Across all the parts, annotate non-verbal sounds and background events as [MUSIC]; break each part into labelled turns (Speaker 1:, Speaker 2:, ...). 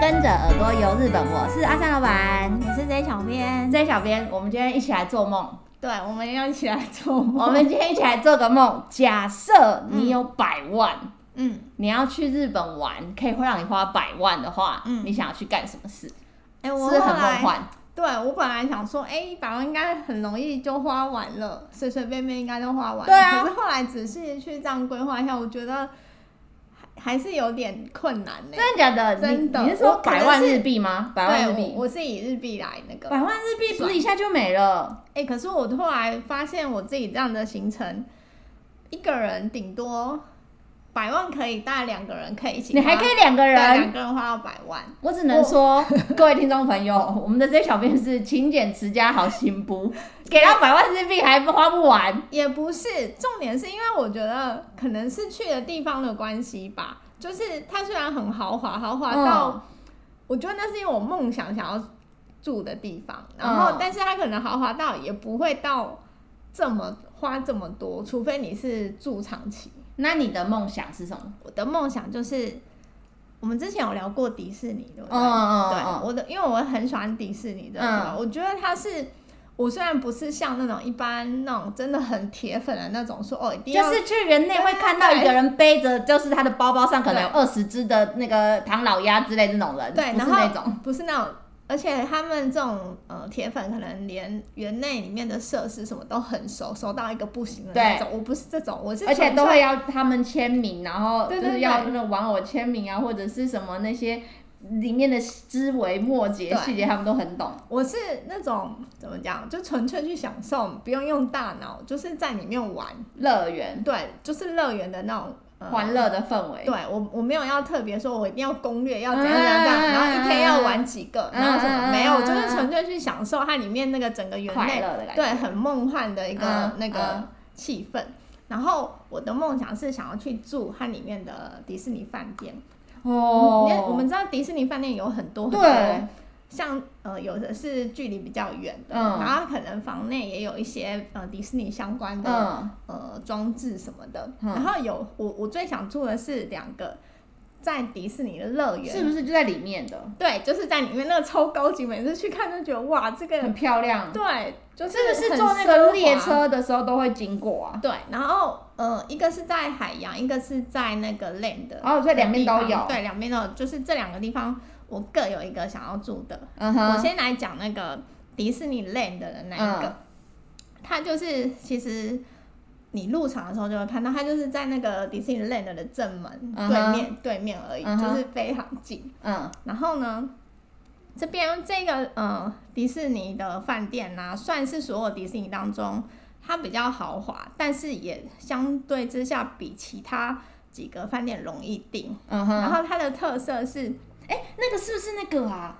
Speaker 1: 跟着耳朵游日本，我是阿三老板，
Speaker 2: 我是 J 小编，
Speaker 1: 这小编，我们今天一起来做
Speaker 2: [LAUGHS]
Speaker 1: 梦。
Speaker 2: 对，我们要一起来做梦。
Speaker 1: 我们今天一起来做个梦，假设你有百万，
Speaker 2: 嗯，
Speaker 1: 你要去日本玩，可以会让你花百万的话，
Speaker 2: 嗯
Speaker 1: 你想要去干什么事？
Speaker 2: 哎、
Speaker 1: 是
Speaker 2: 我
Speaker 1: 不
Speaker 2: 后
Speaker 1: 是很梦
Speaker 2: 来
Speaker 1: 幻？
Speaker 2: 对我本来想说，哎、一百万应该很容易就花完了，随随便便应该都花完了。
Speaker 1: 对啊
Speaker 2: 可是后来仔细去这样规划一下，我觉得还还是有点困难呢、
Speaker 1: 真的假的？你
Speaker 2: 真的
Speaker 1: 你是说
Speaker 2: 我可能
Speaker 1: 百万
Speaker 2: 是
Speaker 1: 日币吗？啊百万日
Speaker 2: 对，
Speaker 1: 币，
Speaker 2: 我我是以日币来那个。
Speaker 1: 百万日币不是一下就没了？
Speaker 2: 哎、可是我后来发现我自己这样的行程，一个人顶多百万可以，大概两个人可以一起
Speaker 1: 你
Speaker 2: 花，
Speaker 1: 还可以两个
Speaker 2: 对
Speaker 1: 人
Speaker 2: 两。个人花到百万。
Speaker 1: 我只能
Speaker 2: 哦
Speaker 1: 说，各位听众朋友， [LAUGHS] 我们的这小编是勤俭持家，好心不，给到百万日币还不花不完。
Speaker 2: 也不是，重点是因为我觉得可能是去的地方的关系吧。就是它虽然很豪华，豪华到、
Speaker 1: 嗯
Speaker 2: 我觉得那是因为我梦想想要住的地方，
Speaker 1: 嗯
Speaker 2: 然后、但是它可能豪华到也不会到这么花这么多，除非你是住长期。
Speaker 1: 那你的梦想是什么？
Speaker 2: 我的梦想就是，我们之前有聊过迪士尼，对不对？
Speaker 1: 嗯
Speaker 2: 对，我的因为我很喜欢迪士尼的，
Speaker 1: 嗯
Speaker 2: 我觉得它是。我虽然不是像那种一般那种真的很铁粉的那种，说哦一定要
Speaker 1: 就是去园内会看到一个人背着，就是他的包包上可能有二十只的那个唐老鸭之类这种人，不
Speaker 2: 对
Speaker 1: 是
Speaker 2: 然后
Speaker 1: 那种，
Speaker 2: 不是那种，而且他们这种呃铁粉可能连园内里面的设施什么都很熟，熟到一个不行的那种。我不是这种，我是
Speaker 1: 而且
Speaker 2: 纯粹
Speaker 1: 都会要他们签名，然后
Speaker 2: 对
Speaker 1: 就
Speaker 2: 对
Speaker 1: 是要那个玩偶签名啊，或者是什么那些里面的枝微末节
Speaker 2: 对
Speaker 1: 细节，他们都很懂。
Speaker 2: 我是那种怎么讲，就纯粹去享受，不用用大脑，就是在里面玩。
Speaker 1: 乐园
Speaker 2: 对，就是乐园的那种、呃、
Speaker 1: 欢乐的氛围，
Speaker 2: 对我，我没有要特别说，我一定要攻略，要怎样怎样怎样，
Speaker 1: 嗯
Speaker 2: 然后一天要玩几个，然后什么没有，我就是纯粹去享受它里面那个整个园
Speaker 1: 快
Speaker 2: 内
Speaker 1: 乐的感觉。
Speaker 2: 对，很梦幻的一个、
Speaker 1: 嗯
Speaker 2: 那
Speaker 1: 嗯
Speaker 2: 个气氛。然后我的梦想是想要去住它里面的迪士尼饭店。因为我们知道迪士尼饭店有很多很
Speaker 1: 哦对
Speaker 2: 多，像呃有的是距离比较远的，
Speaker 1: 嗯
Speaker 2: 然后可能房内也有一些呃迪士尼相关的、
Speaker 1: 嗯，
Speaker 2: 呃装置什么的。
Speaker 1: 嗯
Speaker 2: 然后有我我最想住的是两个在迪士尼的乐园，
Speaker 1: 是不是就在里面的？
Speaker 2: 对，就是在里面那个超高级，每次去看都觉得哇，这个
Speaker 1: 很漂亮，
Speaker 2: 对，就是
Speaker 1: 不嗯是
Speaker 2: 很
Speaker 1: 坐那个
Speaker 2: 奢
Speaker 1: 列
Speaker 2: 华
Speaker 1: 车的时候都会经过啊？
Speaker 2: 对，然后呃，一个是在海洋，一个是在那个 land 的地方，
Speaker 1: 哦，所以两边都有。
Speaker 2: 对，两边都有，就是这两个地方，我各有一个想要住的。
Speaker 1: 嗯
Speaker 2: 我
Speaker 1: 哼，
Speaker 2: 先来讲那个迪士尼 land 的那一
Speaker 1: 嗯
Speaker 2: 个，它就是其实你入场的时候就会看到，它就是在那个迪士尼 land 的正门
Speaker 1: 嗯
Speaker 2: 对
Speaker 1: 哼
Speaker 2: 面、对面而已，
Speaker 1: 嗯哼
Speaker 2: 就是非常近。
Speaker 1: 嗯
Speaker 2: 然后呢，这边这个呃迪士尼的饭店呢、算是所有迪士尼当中它比较豪华，但是也相对之下比其他几个饭店容易订。
Speaker 1: 嗯
Speaker 2: 然
Speaker 1: 哼，
Speaker 2: 后它的特色是
Speaker 1: 那个是不是那个啊？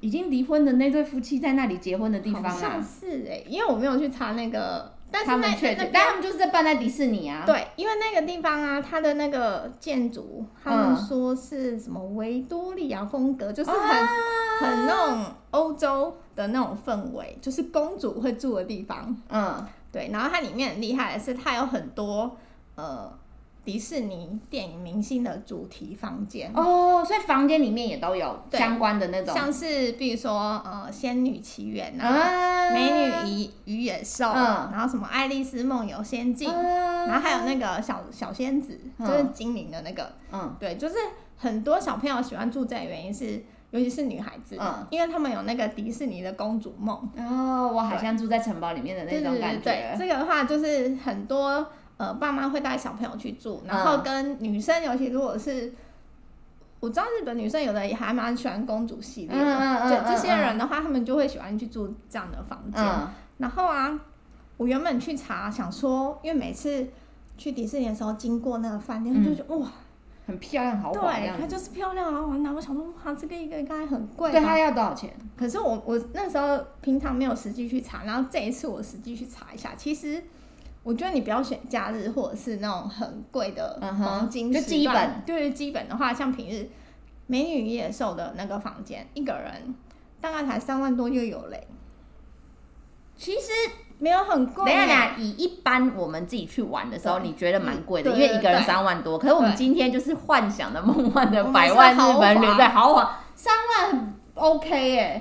Speaker 1: 已经离婚的那对夫妻在那里结婚的地方
Speaker 2: 好像
Speaker 1: 啊？
Speaker 2: 是哎、因为我没有去查那个，但是
Speaker 1: 他
Speaker 2: 那
Speaker 1: 们确
Speaker 2: 那
Speaker 1: 诊，啊
Speaker 2: 边
Speaker 1: 但他们就是在办在迪士尼啊。
Speaker 2: 对，因为那个地方啊，它的那个建筑，他
Speaker 1: 嗯
Speaker 2: 们说是什么维多利亚风格，就是很、
Speaker 1: 啊
Speaker 2: 很那种欧洲的那种氛围，就是公主会住的地方。
Speaker 1: 嗯，
Speaker 2: 对，然后它里面很厉害的是，它有很多呃迪士尼电影明星的主题房间，
Speaker 1: 哦，所以房间里面也都有
Speaker 2: 对
Speaker 1: 相关的那种
Speaker 2: 像是比如说呃《仙女奇缘》啊，
Speaker 1: 啊
Speaker 2: 美女与与野兽》
Speaker 1: 嗯
Speaker 2: 然后什么《爱丽丝梦游仙境》
Speaker 1: 嗯
Speaker 2: 然后还有那个小小仙子，
Speaker 1: 嗯
Speaker 2: 就是精灵的那个，
Speaker 1: 嗯
Speaker 2: 对，就是很多小朋友喜欢住这的原因是，尤其是女孩子，
Speaker 1: 嗯
Speaker 2: 因为他们有那个迪士尼的公主梦
Speaker 1: 哦，我好像住在城堡里面的那种感
Speaker 2: 对对对，
Speaker 1: 觉。
Speaker 2: 这个的话就是很多呃爸妈会带小朋友去住，然后
Speaker 1: 嗯
Speaker 2: 跟女生，尤其如果是。我知道日本女生有的也还蛮喜欢公主系列的，
Speaker 1: 嗯嗯嗯
Speaker 2: 对
Speaker 1: 嗯
Speaker 2: 这些
Speaker 1: 嗯
Speaker 2: 人的话，他们就会喜欢去住这样的房间。
Speaker 1: 嗯
Speaker 2: 然后啊，我原本去查想说，因为每次去迪士尼的时候经过那个饭店，
Speaker 1: 嗯
Speaker 2: 就觉得哇，
Speaker 1: 很漂亮，豪华的
Speaker 2: 对
Speaker 1: 样，
Speaker 2: 它
Speaker 1: 子。
Speaker 2: 就是漂亮啊，玩的。我想说，哇，这个一个应该很贵
Speaker 1: 对，
Speaker 2: 吧
Speaker 1: 它？要多少钱？
Speaker 2: 可是我我那时候平常没有实际去查，然后这一次我实际去查一下，其实我觉得你不要选假日或者是那种很贵的
Speaker 1: 嗯哼
Speaker 2: 黄金
Speaker 1: 就
Speaker 2: 时
Speaker 1: 基
Speaker 2: 段
Speaker 1: 本，
Speaker 2: 对基本的话，像平日美女与野兽的那个房间，一个人大概才三万多就有嘞，
Speaker 1: 其实
Speaker 2: 没有很贵
Speaker 1: 等
Speaker 2: 耶。
Speaker 1: 一下，等一下，以一般我们自己去玩的时候，
Speaker 2: 对
Speaker 1: 你觉得蛮贵的，
Speaker 2: 对
Speaker 1: 因为一个人
Speaker 2: 对
Speaker 1: 三万多。可是我们
Speaker 2: 对
Speaker 1: 今天就是幻想的、梦幻的
Speaker 2: 我们
Speaker 1: 百
Speaker 2: 是
Speaker 1: 万
Speaker 2: 豪
Speaker 1: 日本旅，
Speaker 2: 华
Speaker 1: 对，豪华。三万 OK 耶、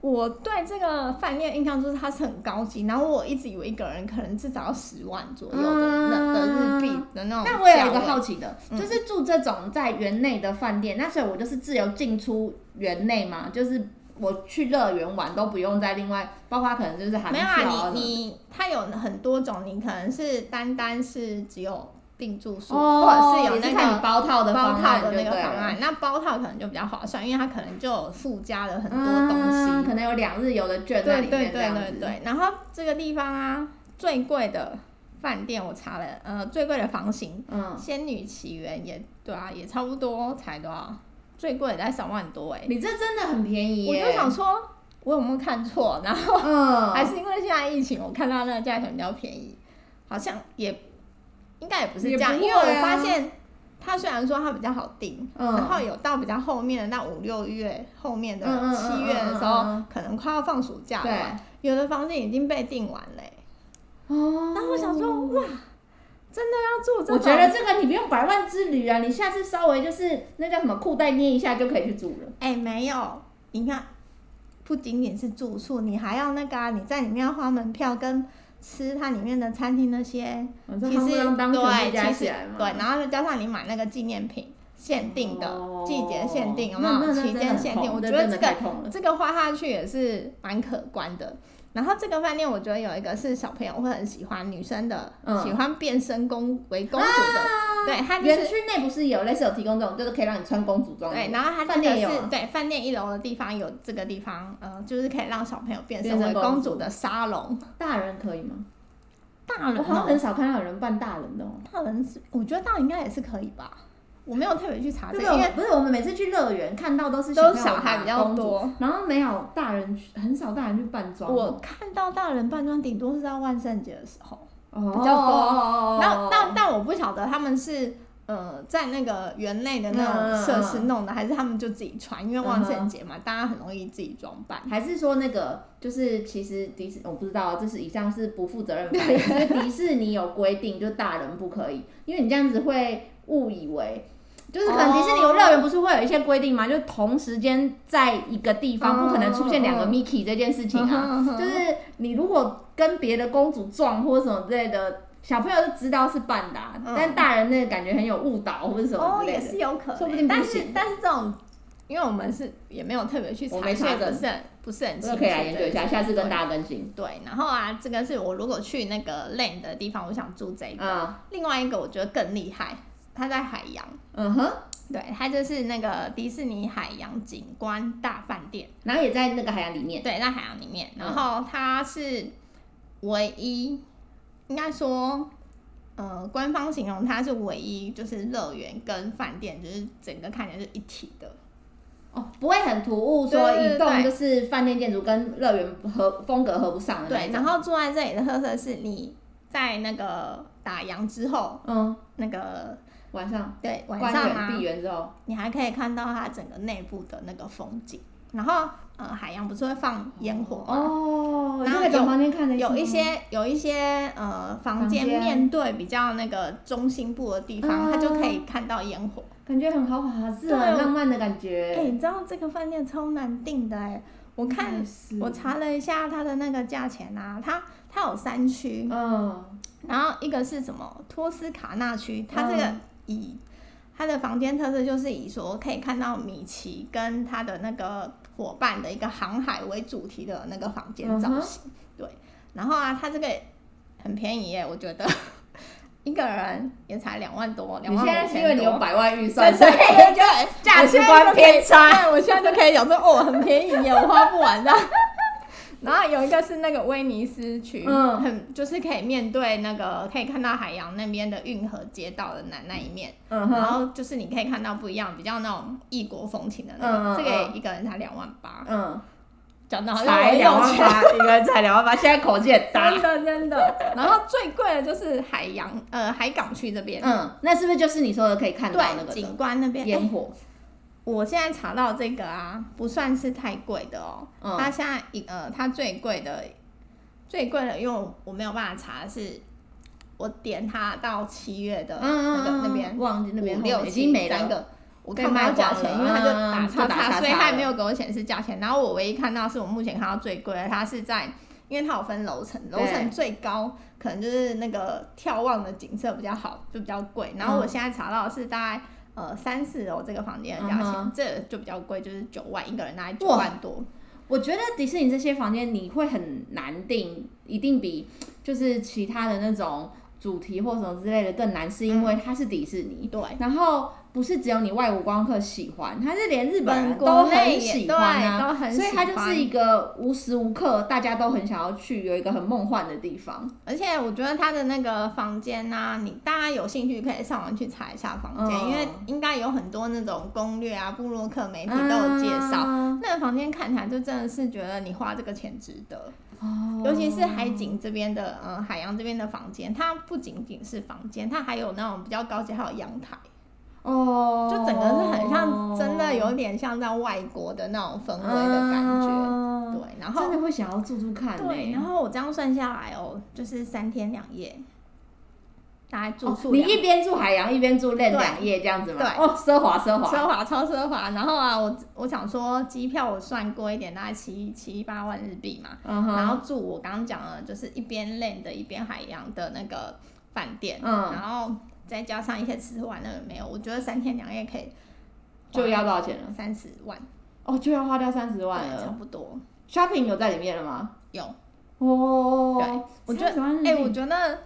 Speaker 2: 我对这个饭店印象就是它是很高级，然后我一直以为一个人可能至少要十万左右的那、的日币的那种价位。
Speaker 1: 那我有一个好奇的，
Speaker 2: 嗯
Speaker 1: 就是住这种在园内的饭店，那所以我就是自由进出园内嘛，就是我去乐园玩都不用再另外，包括可能就是含
Speaker 2: 没
Speaker 1: 票
Speaker 2: 有
Speaker 1: 啊
Speaker 2: 啊，
Speaker 1: 什么
Speaker 2: 你你它有很多种，你可能是单单是只有定住宿，
Speaker 1: 哦，
Speaker 2: 或者是有
Speaker 1: 也
Speaker 2: 那
Speaker 1: 看你
Speaker 2: 个
Speaker 1: 包套的
Speaker 2: 包
Speaker 1: 方
Speaker 2: 套
Speaker 1: 案
Speaker 2: 的
Speaker 1: 就
Speaker 2: 那个
Speaker 1: 对
Speaker 2: 方
Speaker 1: 了
Speaker 2: 案。那包套可能就比较划算，因为它可能就有附加了很多东西。
Speaker 1: 嗯可能有两日游的券在
Speaker 2: 对
Speaker 1: 里
Speaker 2: 对
Speaker 1: 面这
Speaker 2: 对
Speaker 1: 样
Speaker 2: 对
Speaker 1: 子。
Speaker 2: 对，然后这个地方啊，最贵的饭店我查了，呃，最贵的房型
Speaker 1: 嗯，
Speaker 2: 仙女奇缘也对啊，也差不多才多少，最贵也在三万多哎、
Speaker 1: 你这真的很便宜
Speaker 2: 我
Speaker 1: 耶。
Speaker 2: 就想说，我有没有看错？然后
Speaker 1: 嗯，
Speaker 2: 还是因为现在疫情，我看到那个价钱比较便宜，好像也应该也不是这样，
Speaker 1: 也不
Speaker 2: 因
Speaker 1: 会
Speaker 2: 为
Speaker 1: 啊
Speaker 2: 我发现它虽然说它比较好定，
Speaker 1: 嗯
Speaker 2: 然后有到比较后面的那五六月后面的
Speaker 1: 嗯嗯嗯
Speaker 2: 七月的
Speaker 1: 嗯
Speaker 2: 时
Speaker 1: 嗯
Speaker 2: 候，
Speaker 1: 嗯嗯
Speaker 2: 可能快要放暑假了
Speaker 1: 对
Speaker 2: 嘛，有的房间已经被订完了欸、
Speaker 1: 哦，
Speaker 2: 然后我想说，哇，真的要住这种？
Speaker 1: 我觉得这个你不用百万之旅啊，你下次稍微就是那叫什么裤带捏一下就可以去住了。
Speaker 2: 哎、没有，你看，不仅仅是住宿，你还要那个啊，你在里面要花门票跟吃它里面的餐厅那些，
Speaker 1: 我这
Speaker 2: 其
Speaker 1: 夯不
Speaker 2: 实
Speaker 1: 啷当全部
Speaker 2: 对，
Speaker 1: 加
Speaker 2: 其
Speaker 1: 起
Speaker 2: 实
Speaker 1: 来嘛，
Speaker 2: 对，然后再加上你买那个纪念品，限定的、
Speaker 1: 哦
Speaker 2: 季节限定，有没
Speaker 1: 那那
Speaker 2: 有？
Speaker 1: 那
Speaker 2: 期
Speaker 1: 真的
Speaker 2: 间
Speaker 1: 很
Speaker 2: 限定，
Speaker 1: 痛
Speaker 2: 我觉
Speaker 1: 那
Speaker 2: 得
Speaker 1: 真
Speaker 2: 这
Speaker 1: 的
Speaker 2: 个
Speaker 1: 太痛了。
Speaker 2: 这个花下去也是蛮可观的。然后这个饭店，我觉得有一个是小朋友会很喜欢，女生的、
Speaker 1: 嗯
Speaker 2: 喜欢变身公为公主的，对，它就是
Speaker 1: 啊园区内不是有类似有提供这种，就是可以让你穿公主装的，
Speaker 2: 对，然后它
Speaker 1: 饭
Speaker 2: 这个
Speaker 1: 店有
Speaker 2: 是
Speaker 1: 啊
Speaker 2: 对饭店一楼的地方有这个地方，呃，就是可以让小朋友变身
Speaker 1: 变
Speaker 2: 为
Speaker 1: 成
Speaker 2: 公
Speaker 1: 公
Speaker 2: 主
Speaker 1: 主
Speaker 2: 的沙龙。
Speaker 1: 大人可以吗？
Speaker 2: 大人
Speaker 1: 我好像
Speaker 2: 哦，
Speaker 1: 很少看到有人扮大人的哦。
Speaker 2: 大人是，我觉得大人应该也是可以吧。我没有特别去查这
Speaker 1: 这
Speaker 2: 个，因
Speaker 1: 个
Speaker 2: 为
Speaker 1: 不是我们每次去乐园看到都是
Speaker 2: 都
Speaker 1: 朋
Speaker 2: 是
Speaker 1: 友
Speaker 2: 小孩比较
Speaker 1: 扮公主，
Speaker 2: 多。
Speaker 1: 然后没有大人去，很少大人去扮装
Speaker 2: 我
Speaker 1: 哦。
Speaker 2: 看到大人扮装，顶多是在万圣节的时候。
Speaker 1: 我
Speaker 2: 比较多
Speaker 1: 多
Speaker 2: 那但但我不晓得他们是呃在那个园内的那种设施弄的，还是他们就自己穿，因为万圣节嘛，大家很容易自己装扮。
Speaker 1: 还是说那个就是其实迪士我不知道啊，这是以上是不负责任发言，因为迪士尼有规定，就大人不可以，因为你这样子会误以为。就是可能迪士尼有乐园不是会有一些规定嘛就同时间在一个地方
Speaker 2: 嗯
Speaker 1: 不可能出现两个 Mickey 这件事情啊。
Speaker 2: [LAUGHS] 嗯哼嗯哼
Speaker 1: 就是你如果跟别的公主撞或什么之类的，小朋友就知道是扮的、啊，
Speaker 2: 嗯
Speaker 1: 但大人那个感觉很有误导或者什么
Speaker 2: 哦，
Speaker 1: 之类
Speaker 2: 也
Speaker 1: 的。
Speaker 2: 是有可能，
Speaker 1: 说不定不
Speaker 2: 但是
Speaker 1: 行
Speaker 2: 但是这种，因为我们是也没有特别去查
Speaker 1: 我没查
Speaker 2: 所以
Speaker 1: 过
Speaker 2: 不是很不是很
Speaker 1: 这
Speaker 2: 清
Speaker 1: 个
Speaker 2: 楚。
Speaker 1: 可以来研究一下，下次跟
Speaker 2: 对
Speaker 1: 大家更新。
Speaker 2: 对，然后啊，这个是我如果去那个 land 的地方，我想住这个。
Speaker 1: 嗯
Speaker 2: 另外一个我觉得更厉害，它在海洋，
Speaker 1: 嗯哼，
Speaker 2: 对，它就是那个迪士尼海洋景观大饭店，
Speaker 1: 然后也在那个海洋里面。
Speaker 2: 对，在海洋里面。
Speaker 1: 嗯
Speaker 2: 然后它是唯一，应该说，呃，官方形容它是唯一，就是乐园跟饭店，就是整个看起来是一体的。
Speaker 1: 哦，不会很突兀，
Speaker 2: 对
Speaker 1: 说
Speaker 2: 对
Speaker 1: 一
Speaker 2: 对
Speaker 1: 栋就是饭店建筑跟乐园合风格合不上的那
Speaker 2: 对，
Speaker 1: 一
Speaker 2: 然
Speaker 1: 种。
Speaker 2: 后住在这里的特色是你在那个打烊之后，
Speaker 1: 嗯，
Speaker 2: 那个
Speaker 1: 晚上
Speaker 2: 对晚
Speaker 1: 关
Speaker 2: 上
Speaker 1: 园
Speaker 2: 啊
Speaker 1: 闭，园之后，
Speaker 2: 你还可以看到它整个内部的那个风景。然后呃，海洋不是会放烟火吗？
Speaker 1: 哦，
Speaker 2: 然后
Speaker 1: 那个房间看得
Speaker 2: 有一
Speaker 1: 清
Speaker 2: 些有一些呃房
Speaker 1: 房
Speaker 2: 间
Speaker 1: 间
Speaker 2: 面对比较那个中心部的地方，它就可
Speaker 1: 哦
Speaker 2: 以看到烟火。
Speaker 1: 吗感觉很豪华，是
Speaker 2: 对
Speaker 1: 很浪漫的感
Speaker 2: 哎、
Speaker 1: 觉。
Speaker 2: 你知道这个饭店超难订的哎、我看
Speaker 1: 也嗯是
Speaker 2: 我查了一下它的那个价钱啊，它它有三区，
Speaker 1: 嗯，
Speaker 2: 然后一个是什么托斯卡纳区，它这个
Speaker 1: 嗯
Speaker 2: 以、它的房间特色就是以说可以看到米奇跟他的那个伙伴的一个航海为主题的那个房间
Speaker 1: 嗯
Speaker 2: 造型，对。然后啊，它这个很便宜耶，我觉得 [LAUGHS] 一个人也才两万多，两
Speaker 1: 你
Speaker 2: 万
Speaker 1: 现在
Speaker 2: 五
Speaker 1: 是因为
Speaker 2: 千
Speaker 1: 你有
Speaker 2: 多。
Speaker 1: 百万预算，所
Speaker 2: 对
Speaker 1: 以 [LAUGHS]
Speaker 2: 对对，
Speaker 1: 价
Speaker 2: 我
Speaker 1: 值
Speaker 2: 现在
Speaker 1: 观
Speaker 2: 就
Speaker 1: 偏差。
Speaker 2: 对，我现在就可以讲说，哦，很便宜耶，我花不完的。
Speaker 1: [LAUGHS]
Speaker 2: 然后有一个是那个威尼斯区，
Speaker 1: 嗯
Speaker 2: 很就是可以面对那个可以看到海洋那边的运河街道的那那一面，
Speaker 1: 嗯
Speaker 2: 然
Speaker 1: 哼，
Speaker 2: 后就是你可以看到不一样，比较那种异国风情的那个，
Speaker 1: 嗯嗯
Speaker 2: 这个
Speaker 1: 嗯
Speaker 2: 一个人才两万八，
Speaker 1: 嗯，
Speaker 2: 讲的好像我
Speaker 1: 才
Speaker 2: 很
Speaker 1: 两
Speaker 2: 有
Speaker 1: 万
Speaker 2: 钱，
Speaker 1: 八，一个人才两万八，现在口气很大
Speaker 2: 真。的真的。 [LAUGHS] 然后最贵的就是海洋呃海港区这边，
Speaker 1: 嗯，那是不是就是你说的可以看到那
Speaker 2: 对
Speaker 1: 个
Speaker 2: 景
Speaker 1: 的
Speaker 2: 观那边，哎
Speaker 1: 烟火？
Speaker 2: 我现在查到这个啊，不算是太贵的哦。
Speaker 1: 嗯
Speaker 2: 它现在一呃，它最贵的，最贵的，因为我我没有办法查，是我点它到七月的
Speaker 1: 嗯
Speaker 2: 那
Speaker 1: 嗯
Speaker 2: 个、
Speaker 1: 嗯，
Speaker 2: 那边
Speaker 1: 忘记那边
Speaker 2: 五六
Speaker 1: 已
Speaker 2: 七
Speaker 1: 经没
Speaker 2: 三
Speaker 1: 了。
Speaker 2: 个，我
Speaker 1: 被
Speaker 2: 看不到
Speaker 1: 卖
Speaker 2: 价
Speaker 1: 光
Speaker 2: 钱，
Speaker 1: 了
Speaker 2: 因为它就
Speaker 1: 嗯
Speaker 2: 打
Speaker 1: 就
Speaker 2: 叉
Speaker 1: 打叉
Speaker 2: 叉，所以
Speaker 1: 叉
Speaker 2: 它也
Speaker 1: 了
Speaker 2: 没有给我显示价钱。然后我唯一看到是我目前看到最贵的，它是在，因为它有分楼层，楼
Speaker 1: 对
Speaker 2: 层最高可能就是那个眺望的景色比较好，就比较贵。然后我
Speaker 1: 嗯
Speaker 2: 现在查到的是大概。呃，三四楼这个房间的价钱，
Speaker 1: 嗯哼
Speaker 2: 这就比较贵，就是九万一个人，大概九
Speaker 1: 哇
Speaker 2: 万多。
Speaker 1: 我觉得迪士尼这些房间你会很难定，一定比就是其他的那种主题或什么之类的更难，是因为它是迪士尼，
Speaker 2: 嗯对，
Speaker 1: 然后不是只有你外国观光客喜欢，它是连日本人
Speaker 2: 国
Speaker 1: 都
Speaker 2: 内
Speaker 1: 很
Speaker 2: 也
Speaker 1: 喜
Speaker 2: 对
Speaker 1: 欢啊。
Speaker 2: 都很喜
Speaker 1: 所以
Speaker 2: 欢。
Speaker 1: 它就是一个无时无刻大家都很想要去，有一个很梦幻的地方。
Speaker 2: 而且我觉得他的那个房间呢、你大家有兴趣可以上网去查一下房间，
Speaker 1: 嗯
Speaker 2: 因为应该有很多那种攻略啊、布洛克媒体都有介绍。
Speaker 1: 啊
Speaker 2: 那个房间看起来就真的是觉得你花这个钱值得，
Speaker 1: 哦
Speaker 2: 尤其是海景这边的，呃，海洋这边的房间，它不仅仅是房间，它还有那种比较高级，还有阳台，
Speaker 1: 哦，
Speaker 2: 就整个是很像，真的有点像在外国的那种氛围的感觉。
Speaker 1: 啊
Speaker 2: 对，然后
Speaker 1: 真的会想要住住看、欸。
Speaker 2: 对，然后我这样算下来哦，就是三天两夜，大概住
Speaker 1: 哦
Speaker 2: 宿、
Speaker 1: 你一边住海洋一边住练
Speaker 2: 对
Speaker 1: 两夜这样子吗？
Speaker 2: 对
Speaker 1: 哦，奢华奢华。
Speaker 2: 奢华超奢华。然后啊，我我想说机票我算过一点，大概七七八万日币嘛。
Speaker 1: 嗯哼，
Speaker 2: 然后住我刚刚讲了，就是一边 land 的一边海洋的那个饭店，
Speaker 1: 嗯
Speaker 2: 然后再加上一些吃喝玩乐也没有，我觉得三天两夜可以
Speaker 1: 就要多少钱了？
Speaker 2: 三十万，
Speaker 1: 哦，就要花掉三十万
Speaker 2: 对差
Speaker 1: 了。
Speaker 2: 不多
Speaker 1: shopping 有在里面了吗？
Speaker 2: 有。
Speaker 1: 哦，
Speaker 2: 我觉得
Speaker 1: 30万日币
Speaker 2: 哎、我觉得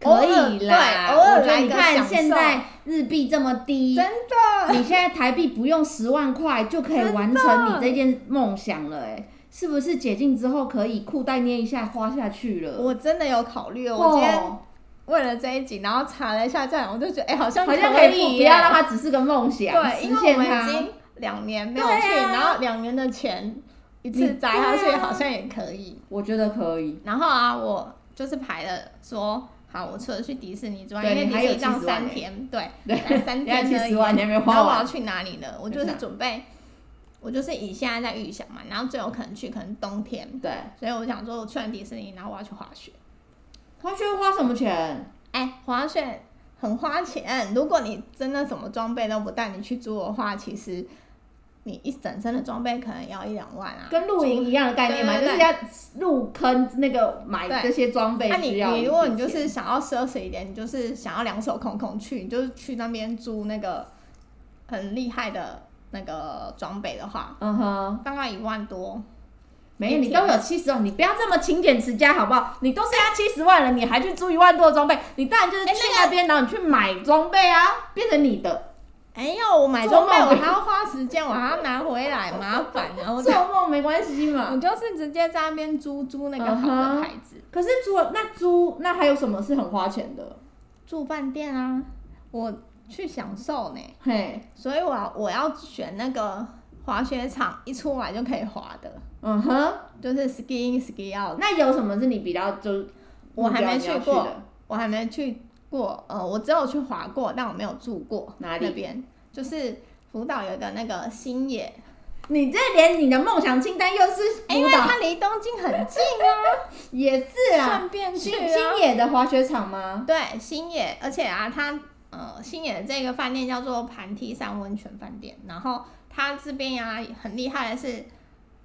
Speaker 1: 可以啦。
Speaker 2: 偶尔对偶尔
Speaker 1: 我觉得
Speaker 2: 来
Speaker 1: 你
Speaker 2: 个
Speaker 1: 看
Speaker 2: 享受
Speaker 1: 现在日币这么低，
Speaker 2: 真
Speaker 1: 的，你现在台币不用十万块就可以完成你这件梦想了、哎，是不是解禁之后可以裤带捏一下花下去了？
Speaker 2: 我真的有考虑哦，
Speaker 1: 哦
Speaker 2: 我今天为了这一集，然后查了一下价，我就觉得哎、好像
Speaker 1: 好像
Speaker 2: 可
Speaker 1: 可以
Speaker 2: 以
Speaker 1: 不
Speaker 2: 耶
Speaker 1: 不要让它只是个梦想，
Speaker 2: 对，
Speaker 1: 实
Speaker 2: 因为
Speaker 1: 现
Speaker 2: 我们
Speaker 1: 它
Speaker 2: 已。经两年没有去，
Speaker 1: 对啊
Speaker 2: 然后两年的钱一
Speaker 1: 你
Speaker 2: 次砸下去
Speaker 1: 对啊
Speaker 2: 好像也可以。
Speaker 1: 我觉得可以。
Speaker 2: 然后啊，我就是排了说，好，我除了去迪士尼之外，
Speaker 1: 对
Speaker 2: 因为
Speaker 1: 你
Speaker 2: 迪
Speaker 1: 还
Speaker 2: 士
Speaker 1: 有
Speaker 2: 尼这样
Speaker 1: 70万
Speaker 2: 三
Speaker 1: 欸
Speaker 2: 天，对，
Speaker 1: 对 [LAUGHS]
Speaker 2: 才三天
Speaker 1: 现在
Speaker 2: 而已
Speaker 1: 70万你还没花
Speaker 2: 然后我
Speaker 1: 完
Speaker 2: 要去哪里呢？我就是准备，我就是以现在在预想嘛，然后最有可能去可能冬天，
Speaker 1: 对，
Speaker 2: 所以我想说，我去完迪士尼，然后我要去滑雪。
Speaker 1: 花去花什么钱？
Speaker 2: 哎，滑雪很花钱。如果你真的什么装备都不带，你去租的话，其实你一整身的装备可能要一两万啊。
Speaker 1: 跟露营一样的概念嘛，就
Speaker 2: 对对
Speaker 1: 是要入坑那个买
Speaker 2: 对
Speaker 1: 这些装备
Speaker 2: 那、
Speaker 1: 需
Speaker 2: 你
Speaker 1: 要的
Speaker 2: 你
Speaker 1: 钱。
Speaker 2: 如果你就是想要奢侈一点，你就是想要两手空空去，你就是去那边租那个很厉害的那个装备的话，
Speaker 1: 嗯哼，
Speaker 2: 大概一万多。
Speaker 1: 没有，
Speaker 2: 一
Speaker 1: 你
Speaker 2: 天
Speaker 1: 都有七十万，你不要这么勤俭持家好不好？你都是要七十万了，你还去租一万多的装备，你当然就是
Speaker 2: 哎
Speaker 1: 去那边，然后你去买装备啊，变成你的，
Speaker 2: 哎呦，我买装备
Speaker 1: 做
Speaker 2: 我
Speaker 1: 梦
Speaker 2: 还要花时间，我还要拿回来，麻烦啊！我就
Speaker 1: 做梦没关系嘛。
Speaker 2: [LAUGHS] 我就是直接在那边租租那个好
Speaker 1: 啊嗯
Speaker 2: 的
Speaker 1: 哼
Speaker 2: 牌子。
Speaker 1: 可是除了那租，那还有什么是很花钱的？
Speaker 2: 住饭店啊，我去享受呢，
Speaker 1: 嘿，
Speaker 2: 所以我要我要选那个滑雪场一出来就可以滑的，
Speaker 1: 嗯哼，
Speaker 2: 就是 ski in ski out。
Speaker 1: 那有什么是你比较就是
Speaker 2: 我还没
Speaker 1: 目标你要
Speaker 2: 去过
Speaker 1: 的
Speaker 2: 我还没去过，呃，我只有去滑过，但我没有住过
Speaker 1: 哪里
Speaker 2: 那边，就是福岛有一个那个新野，
Speaker 1: 你这连你的梦想清单又是
Speaker 2: 哎因
Speaker 1: 辅
Speaker 2: 为
Speaker 1: 导，
Speaker 2: 它离东京很近啊，
Speaker 1: 也是啊，
Speaker 2: 顺便去
Speaker 1: 新
Speaker 2: 啊。
Speaker 1: 新野的滑雪场吗？
Speaker 2: 对，新野，而且啊，它呃新野的这个饭店叫做盘梯山温泉饭店，然后它这边呀、很厉害的是，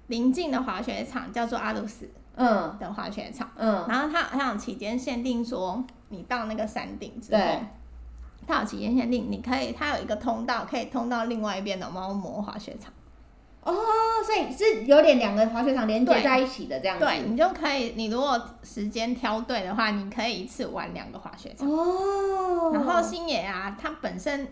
Speaker 2: 临近的滑雪场叫做阿鲁斯
Speaker 1: 嗯
Speaker 2: 的滑雪场，
Speaker 1: 嗯，
Speaker 2: 然后它好像有期间限定说，你到那个山顶之后
Speaker 1: 对。
Speaker 2: 它有期间限定，你可以，它有一个通道可以通到另外一边的猫魔滑雪场，
Speaker 1: 哦，所以是有点两个滑雪场连接
Speaker 2: 对
Speaker 1: 在一起的这样子。
Speaker 2: 对你就可以，你如果时间挑对的话，你可以一次玩两个滑雪场。
Speaker 1: 哦，
Speaker 2: 然后星野啊，它本身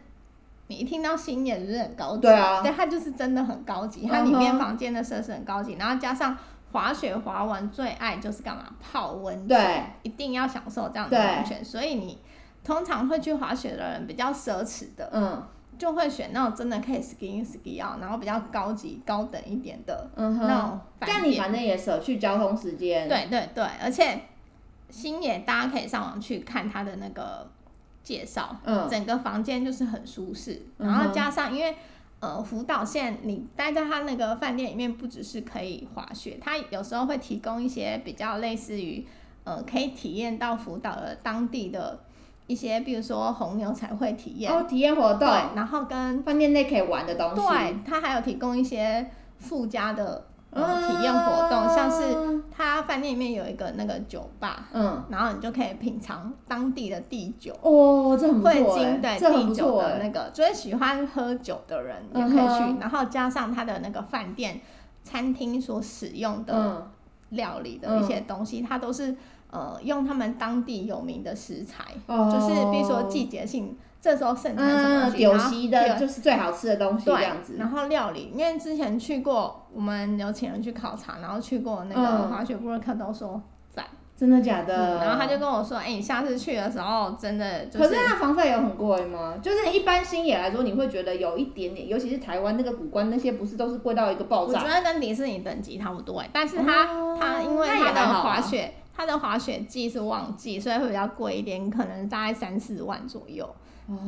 Speaker 2: 你一听到星野就是很高级，
Speaker 1: 对啊
Speaker 2: 但它就是真的很高级，
Speaker 1: 嗯哼
Speaker 2: 它里面房间的设施很高级，然后加上滑雪滑完最爱就是干嘛泡温泉，
Speaker 1: 对
Speaker 2: 一定要享受这样的
Speaker 1: 对
Speaker 2: 温泉，所以你。通常会去滑雪的人比较奢侈的，
Speaker 1: 嗯
Speaker 2: 就会选那种真的可以 ski in ski out，然后比较高级、高等一点的
Speaker 1: 嗯
Speaker 2: 那
Speaker 1: 哼，
Speaker 2: 种饭
Speaker 1: 但你
Speaker 2: 店。
Speaker 1: 反正也舍去交通时间。，
Speaker 2: 对对对，而且星野大家可以上网去看它的那个介绍，
Speaker 1: 嗯
Speaker 2: 整个房间就是很舒适，
Speaker 1: 嗯哼
Speaker 2: 然后加上因为呃福岛县你待在它那个饭店里面，不只是可以滑雪，它有时候会提供一些比较类似于呃可以体验到福岛的当地的一些，比如说红牛才会体验，
Speaker 1: 哦，体验活
Speaker 2: 对
Speaker 1: 动，，
Speaker 2: 然后跟
Speaker 1: 饭店内可以玩的东西，
Speaker 2: 对，它还有提供一些附加的
Speaker 1: 嗯
Speaker 2: 呃体验活动，
Speaker 1: 啊
Speaker 2: 像是
Speaker 1: 是
Speaker 2: 它饭店里面有一个那个酒吧，
Speaker 1: 嗯，
Speaker 2: 然后你就可以品尝当地的地酒。
Speaker 1: 哦，这很不
Speaker 2: 汇
Speaker 1: 错
Speaker 2: 金
Speaker 1: 哎、
Speaker 2: 对
Speaker 1: 这很
Speaker 2: 地
Speaker 1: 不
Speaker 2: 酒
Speaker 1: 错哎、
Speaker 2: 的那个，就是喜欢喝酒的人也可以去，
Speaker 1: 嗯哼
Speaker 2: 然后加上它的那个饭店、餐厅所使用的
Speaker 1: 嗯，
Speaker 2: 料理的一些东西，它都是呃用他们当地有名的食材，
Speaker 1: 哦
Speaker 2: 就是比如说季节性，这时候盛产什么
Speaker 1: 嗯，
Speaker 2: 东西，然
Speaker 1: 酒
Speaker 2: 后
Speaker 1: 席
Speaker 2: 对
Speaker 1: 的就是最好吃的东西这
Speaker 2: 对
Speaker 1: 样，子，
Speaker 2: 然后料理，因为之前去过，我们有请人去考察，然后去过那个
Speaker 1: 嗯
Speaker 2: 滑雪布洛克都说赞、
Speaker 1: 真的假
Speaker 2: 嗯
Speaker 1: 的？
Speaker 2: 然后他就跟我说，哎、你下次去的时候真的就
Speaker 1: 可是那房费有很贵吗？就是一般新野来说，你会觉得有一点点，尤其是台湾那个古关那些，不是都是贵到一个爆
Speaker 2: 我觉
Speaker 1: 炸？
Speaker 2: 得跟迪士尼等级差不多哎，但是它、
Speaker 1: 哦
Speaker 2: 它因为
Speaker 1: 那也
Speaker 2: 它的
Speaker 1: 还好啊
Speaker 2: 滑雪，它的滑雪季是旺季，所以会比较贵一点，可能大概三四万左右。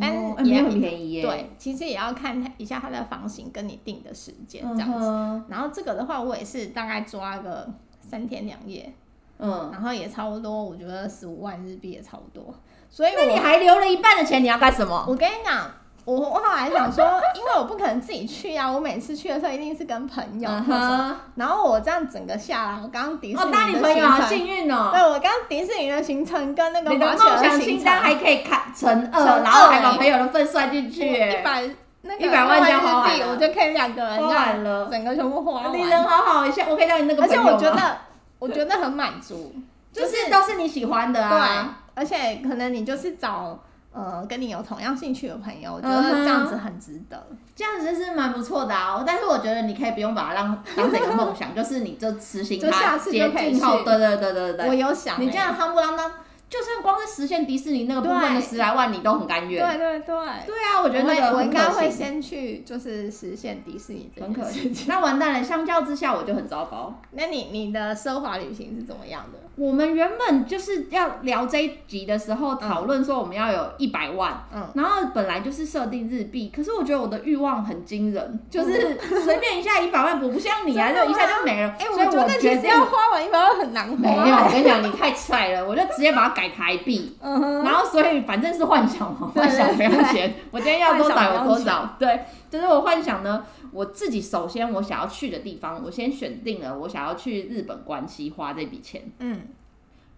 Speaker 2: 但是
Speaker 1: 哦哎
Speaker 2: 也
Speaker 1: 没
Speaker 2: 要
Speaker 1: 有很便宜耶，
Speaker 2: 对，其实也要看它一下它的房型跟你定的时间这
Speaker 1: 嗯
Speaker 2: 样子。
Speaker 1: 子，
Speaker 2: 然后这个的话，我也是大概抓个三天两夜，
Speaker 1: 嗯。
Speaker 2: 然后也差不多，我觉得十五万日币也差不多。所以
Speaker 1: 那你
Speaker 2: 我
Speaker 1: 还留了一半的钱，你要干什么？
Speaker 2: 我跟你讲，我我后来想说，因为我不可能自己去啊，我每次去的时候一定是跟朋友或
Speaker 1: 嗯
Speaker 2: 什么
Speaker 1: 哼，
Speaker 2: 然后我这样整个下来，我刚刚迪士
Speaker 1: 哦，
Speaker 2: 尼的
Speaker 1: 当你朋友好
Speaker 2: 行程，
Speaker 1: 幸运哦！
Speaker 2: 对我刚刚迪士尼的行程跟那个
Speaker 1: 你的
Speaker 2: 滑
Speaker 1: 梦
Speaker 2: 雪
Speaker 1: 想
Speaker 2: 的
Speaker 1: 清
Speaker 2: 行
Speaker 1: 单
Speaker 2: 程
Speaker 1: 还可以砍乘
Speaker 2: 乘
Speaker 1: 二，
Speaker 2: 二
Speaker 1: 然后还把朋友的份算进去，
Speaker 2: [LAUGHS] 一百啊那个
Speaker 1: 100万就花完
Speaker 2: 日币，
Speaker 1: 了
Speaker 2: 我就可以两个人
Speaker 1: 花
Speaker 2: 这样
Speaker 1: 完了。
Speaker 2: 整个全部花
Speaker 1: 你
Speaker 2: 完，
Speaker 1: 人好好，像我可以当你啊那个
Speaker 2: 而
Speaker 1: 朋
Speaker 2: 且
Speaker 1: 友
Speaker 2: 我觉
Speaker 1: 吗
Speaker 2: 得我觉得很满足，
Speaker 1: 就是都是你喜欢的
Speaker 2: 对
Speaker 1: 啊，，
Speaker 2: 而且可能你就是找呃跟你有同样兴趣的朋友，我觉
Speaker 1: 嗯
Speaker 2: 得
Speaker 1: 哼
Speaker 2: 这样子很值得。
Speaker 1: 这样子是蛮不错的啊。但是我觉得你可以不用把它当当成一个梦想，就是你就实行它，
Speaker 2: 就下次就可
Speaker 1: 捷
Speaker 2: 以
Speaker 1: 径后
Speaker 2: 去
Speaker 1: 对对对对
Speaker 2: 我
Speaker 1: 对
Speaker 2: 有想、
Speaker 1: 嗯对，你这样
Speaker 2: 欸
Speaker 1: 夯不啷当，就算光是实现迪士尼那个部分的
Speaker 2: 对
Speaker 1: 十来万，你都很甘愿。
Speaker 2: 对对对，
Speaker 1: 对啊，我
Speaker 2: 我
Speaker 1: 觉得那
Speaker 2: 会
Speaker 1: 个
Speaker 2: 我
Speaker 1: 很
Speaker 2: 应该
Speaker 1: 可
Speaker 2: 会
Speaker 1: 惜，
Speaker 2: 先去就是实现迪士尼这
Speaker 1: 很
Speaker 2: 件
Speaker 1: 可
Speaker 2: 事
Speaker 1: 惜。那完蛋了，相较之下我就很糟糕。
Speaker 2: [LAUGHS] 那你你的奢华旅行是怎么样的？
Speaker 1: 我们原本就是要聊这一集的时候讨论说我们要有一百万，
Speaker 2: 嗯
Speaker 1: 然后本来就是设定日币，可是我觉得我的欲望很惊
Speaker 2: [LAUGHS]
Speaker 1: 人，就是随便一下一百万，我不像你啊，
Speaker 2: 真的
Speaker 1: 就
Speaker 2: 吗
Speaker 1: 一下就没了。
Speaker 2: 哎、
Speaker 1: 所以
Speaker 2: 我觉得其
Speaker 1: 决
Speaker 2: 实
Speaker 1: 定
Speaker 2: 要花完一百万很难花。
Speaker 1: 没有，我，跟你讲，你太菜了，我就直接把它改台币。
Speaker 2: 嗯哼，
Speaker 1: 然后，所以反正是幻想嘛，
Speaker 2: 对
Speaker 1: 幻想不要钱。我今天要多少
Speaker 2: 幻想
Speaker 1: 有
Speaker 2: 不要
Speaker 1: 多少，对，就是我幻想呢，我自己首先我想要去的地方，我先选定了，我想要去日本关西花这笔钱。
Speaker 2: 嗯，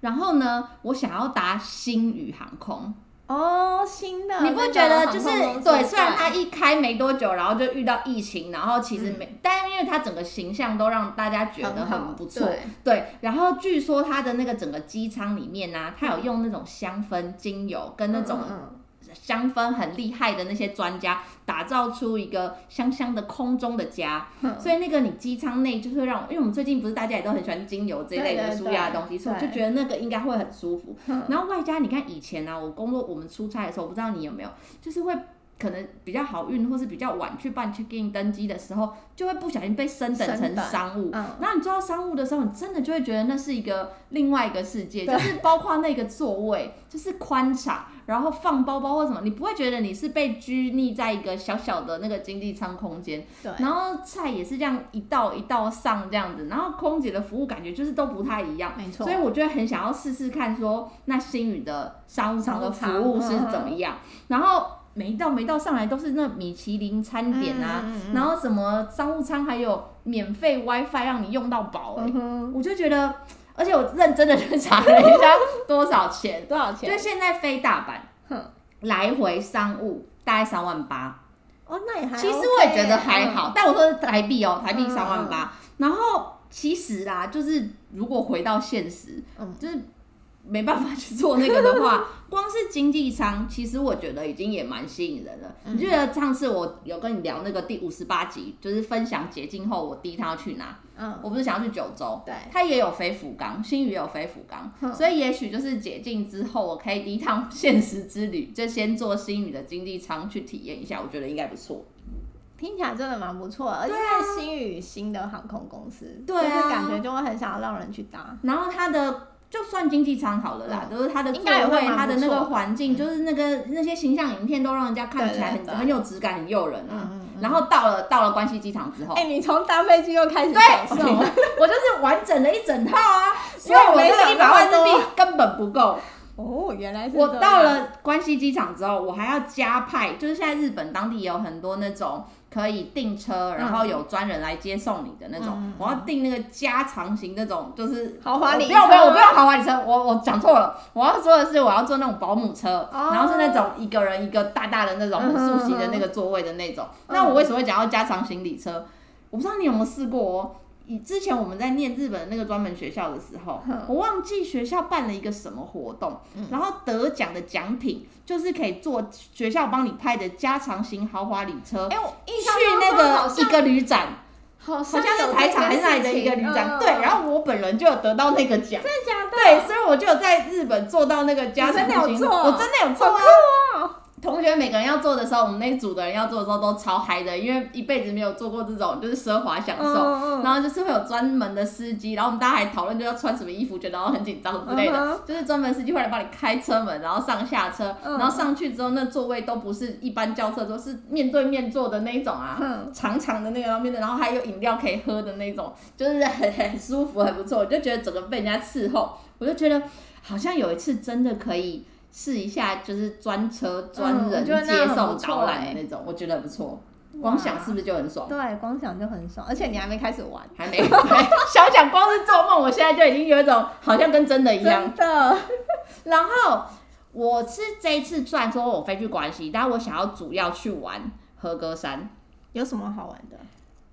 Speaker 1: 然后呢，我想要搭星宇航空，
Speaker 2: 哦，新的，
Speaker 1: 你不觉得就是对？虽然它
Speaker 2: 它
Speaker 1: 一开没多久，然后就遇到疫情，然后其实
Speaker 2: 嗯
Speaker 1: 没，但因为它整个形象都让大家觉得很不错。
Speaker 2: 对
Speaker 1: 对，然后据说它的那个整个机舱里面呢、它有用那种香氛精油跟那种
Speaker 2: 嗯
Speaker 1: 香氛很厉害的那些专家，打造出一个香香的空中的家。
Speaker 2: 嗯
Speaker 1: 所以那个你机舱内就是会让我，因为我们最近不是大家也都很喜欢精油这一类的
Speaker 2: 对对
Speaker 1: 舒压的东西，
Speaker 2: 对
Speaker 1: 所以我就觉得那个应该会很舒服。
Speaker 2: 嗯
Speaker 1: 然后外加你看以前呢、啊，我工作我们出差的时候，我不知道你有没有，就是会。可能比较好运，或是比较晚去办 check in 登机的时候，就会不小心被升等
Speaker 2: 升
Speaker 1: 成
Speaker 2: 等
Speaker 1: 商务。
Speaker 2: 嗯
Speaker 1: 然后你坐到商务的时候，你真的就会觉得那是一个另外一个世界，
Speaker 2: 对
Speaker 1: 就是包括那个座位，就是宽敞，然后放包包或什么，你不会觉得你是被拘泥在一个小小的那个经济舱空间。
Speaker 2: 对，
Speaker 1: 然后菜也是这样一道一道上这样子，然后空姐的服务感觉就是都不太一样。
Speaker 2: 没错
Speaker 1: 所以。我就会很想要试试看说，那星宇的商务舱的服务是怎么
Speaker 2: 嗯
Speaker 1: 样。然后每一道每一道上来都是那米其林餐点啊，
Speaker 2: 嗯嗯嗯嗯
Speaker 1: 然后什么商务舱还有免费 WiFi 让你用到饱、欸，
Speaker 2: 嗯哼，
Speaker 1: 我就觉得，而且我认真的去查了一下多少
Speaker 2: [LAUGHS]
Speaker 1: 钱，
Speaker 2: 多少
Speaker 1: 就
Speaker 2: 钱？
Speaker 1: 现在飞大阪
Speaker 2: 哼，
Speaker 1: 来回商务大概三万八，
Speaker 2: 哦，那也还 OK
Speaker 1: 其实我也觉得还
Speaker 2: 嗯
Speaker 1: 好，，但我说的是台币哦、台币三万八、然后其实啦，就是如果回到现实，
Speaker 2: 嗯
Speaker 1: 就是没办法去做那个的话，
Speaker 2: [LAUGHS]
Speaker 1: 光是经济舱，其实我觉得已经也蛮吸引人了。
Speaker 2: 嗯
Speaker 1: 你记得上次我有跟你聊那个第五十八集，就是分享解禁后我第一趟要去哪？
Speaker 2: 嗯，
Speaker 1: 我不是想要去九州，
Speaker 2: 对
Speaker 1: 它也有飞福冈，新宇也有飞福冈，
Speaker 2: 嗯
Speaker 1: 所以也许就是解禁之后，我可以第一趟 [LAUGHS] 现实之旅，就先坐新宇的经济舱去体验一下，我觉得应该不错。
Speaker 2: 听起来真的蛮不错的，而且它是新宇新的航空公司，
Speaker 1: 啊对啊
Speaker 2: 就是感觉就会很想要让人去搭，
Speaker 1: 然后它的就算经济舱好了啦，就是它的座
Speaker 2: 嗯应该也会
Speaker 1: 位、
Speaker 2: 蛮不
Speaker 1: 它的那个
Speaker 2: 错的嗯
Speaker 1: 环境，就是那个那些形象影片都让人家看起来
Speaker 2: 对
Speaker 1: 很
Speaker 2: 对对
Speaker 1: 很有质感、很诱人啊
Speaker 2: 嗯嗯。
Speaker 1: 然后到了到了关西机场之后，
Speaker 2: 哎、你从搭飞机又开始享受
Speaker 1: 对，我就是完整的一整套啊，所以
Speaker 2: 因为
Speaker 1: 我
Speaker 2: 没
Speaker 1: 这
Speaker 2: 想
Speaker 1: 一百万
Speaker 2: 那么
Speaker 1: 日
Speaker 2: 多
Speaker 1: 币根本不够。
Speaker 2: 哦，原来是
Speaker 1: 我
Speaker 2: 这
Speaker 1: 到
Speaker 2: 样，
Speaker 1: 了关西机场之后，我还要加派，就是现在日本当地也有很多那种可以订车，然
Speaker 2: 嗯
Speaker 1: 后有专人来接送你的那种。我要订那个加长型那种，就是
Speaker 2: 豪华礼
Speaker 1: 我不用不用，
Speaker 2: 车
Speaker 1: 我不用豪华礼车，我我讲错了。我要说的是，我要坐那种保姆车，
Speaker 2: 哦
Speaker 1: 然后是那种一个人一个大大的那种很速席的那个座位的那种。
Speaker 2: 嗯
Speaker 1: 那我为什么会讲要加长行李车？我不知道你有没有试过哦。以之前我们在念日本的那个专门学校的时候，我忘记学校办了一个什么活动，
Speaker 2: 嗯
Speaker 1: 然后得奖的奖品就是可以坐学校帮你派的加长型豪华礼车
Speaker 2: 哎、我印
Speaker 1: 去
Speaker 2: 象
Speaker 1: 那
Speaker 2: 中好
Speaker 1: 个一
Speaker 2: 像
Speaker 1: 个旅展，
Speaker 2: 好
Speaker 1: 好
Speaker 2: 像
Speaker 1: 像
Speaker 2: 有
Speaker 1: 是台场还是哪里的一个旅展，对，然
Speaker 2: 后
Speaker 1: 后我本人就有得到那个奖。
Speaker 2: 嗯真的假的？
Speaker 1: 对，所以我就有在日本做到那个加
Speaker 2: 你真
Speaker 1: 长
Speaker 2: 的有
Speaker 1: 型，
Speaker 2: 做哦
Speaker 1: 我真的有做啊。
Speaker 2: 哦，
Speaker 1: 同学每个人要做的时候，我们那组的人要做的时候都超嗨的，因为一辈子没有做过这种就是奢华享受。
Speaker 2: 嗯
Speaker 1: 然后就是会有专门的司机，然后我们大家还讨论就要穿什么衣服，觉得很紧张之类的。
Speaker 2: 嗯哼
Speaker 1: 就是专门司机会来帮你开车门，然后上下车，
Speaker 2: 嗯
Speaker 1: 然后上去之后那座位都不是一般轿车，都是面对面坐的那一种啊，
Speaker 2: 嗯
Speaker 1: 长长的那个，然后面对，然后还有饮料可以喝的那种，就是很很舒服，很不错。我就觉得整个被人家伺候，我就觉得好像有一次真的可以。试一下，就是专车专
Speaker 2: 嗯我
Speaker 1: 人
Speaker 2: 觉得那
Speaker 1: 接
Speaker 2: 很不
Speaker 1: 送
Speaker 2: 错
Speaker 1: 导览
Speaker 2: 欸
Speaker 1: 的那种，我觉得不错。光想是不是就很爽？
Speaker 2: 对，光想就很爽，而且你还没开始玩，
Speaker 1: 还没 [LAUGHS] 想想光是做梦，我现在就已经有一种好像跟真的一样。
Speaker 2: 的，
Speaker 1: 然后我是这一次虽然说我飞去关西，但我想要主要去玩和歌山。
Speaker 2: 有什么好玩的？